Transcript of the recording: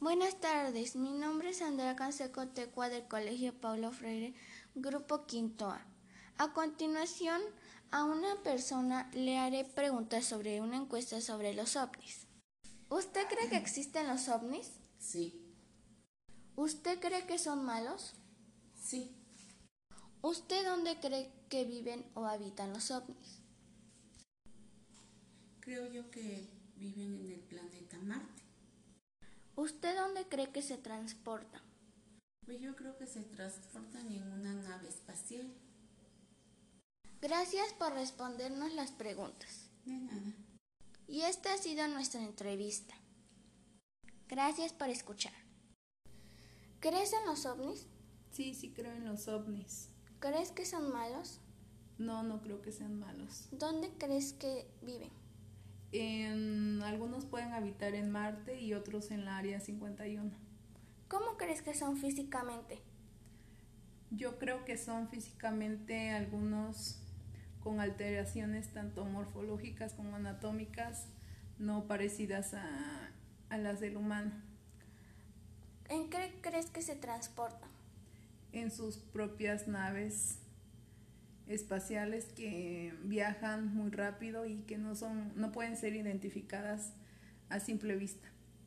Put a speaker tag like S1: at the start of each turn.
S1: Buenas tardes, mi nombre es Andrea Canseco Tecua del Colegio Paulo Freire, Grupo Quinto A. A continuación, a una persona le haré preguntas sobre una encuesta sobre los ovnis. ¿Usted cree que existen los ovnis?
S2: Sí,
S1: ¿Usted cree que son malos?
S2: sí,
S1: ¿Usted dónde cree que viven o habitan los ovnis?
S2: creo yo que viven en el planeta Marte.
S1: ¿Usted dónde cree que se transportan?
S2: Pues yo creo que se transportan en una nave espacial.
S1: Gracias por respondernos las preguntas.
S2: De nada.
S1: Y esta ha sido nuestra entrevista. Gracias por escuchar. ¿Crees en los ovnis?
S3: Sí, sí creo en los ovnis.
S1: ¿Crees que son malos?
S3: No, no creo que sean malos.
S1: ¿Dónde crees que viven?
S3: En, algunos pueden habitar en Marte y otros en la Área 51.
S1: ¿Cómo crees que son físicamente?
S3: Yo creo que son físicamente algunos con alteraciones tanto morfológicas como anatómicas no parecidas a, a las del humano.
S1: ¿En qué crees que se transportan?
S3: en sus propias naves espaciales que viajan muy rápido y que no son no pueden ser identificadas a simple vista.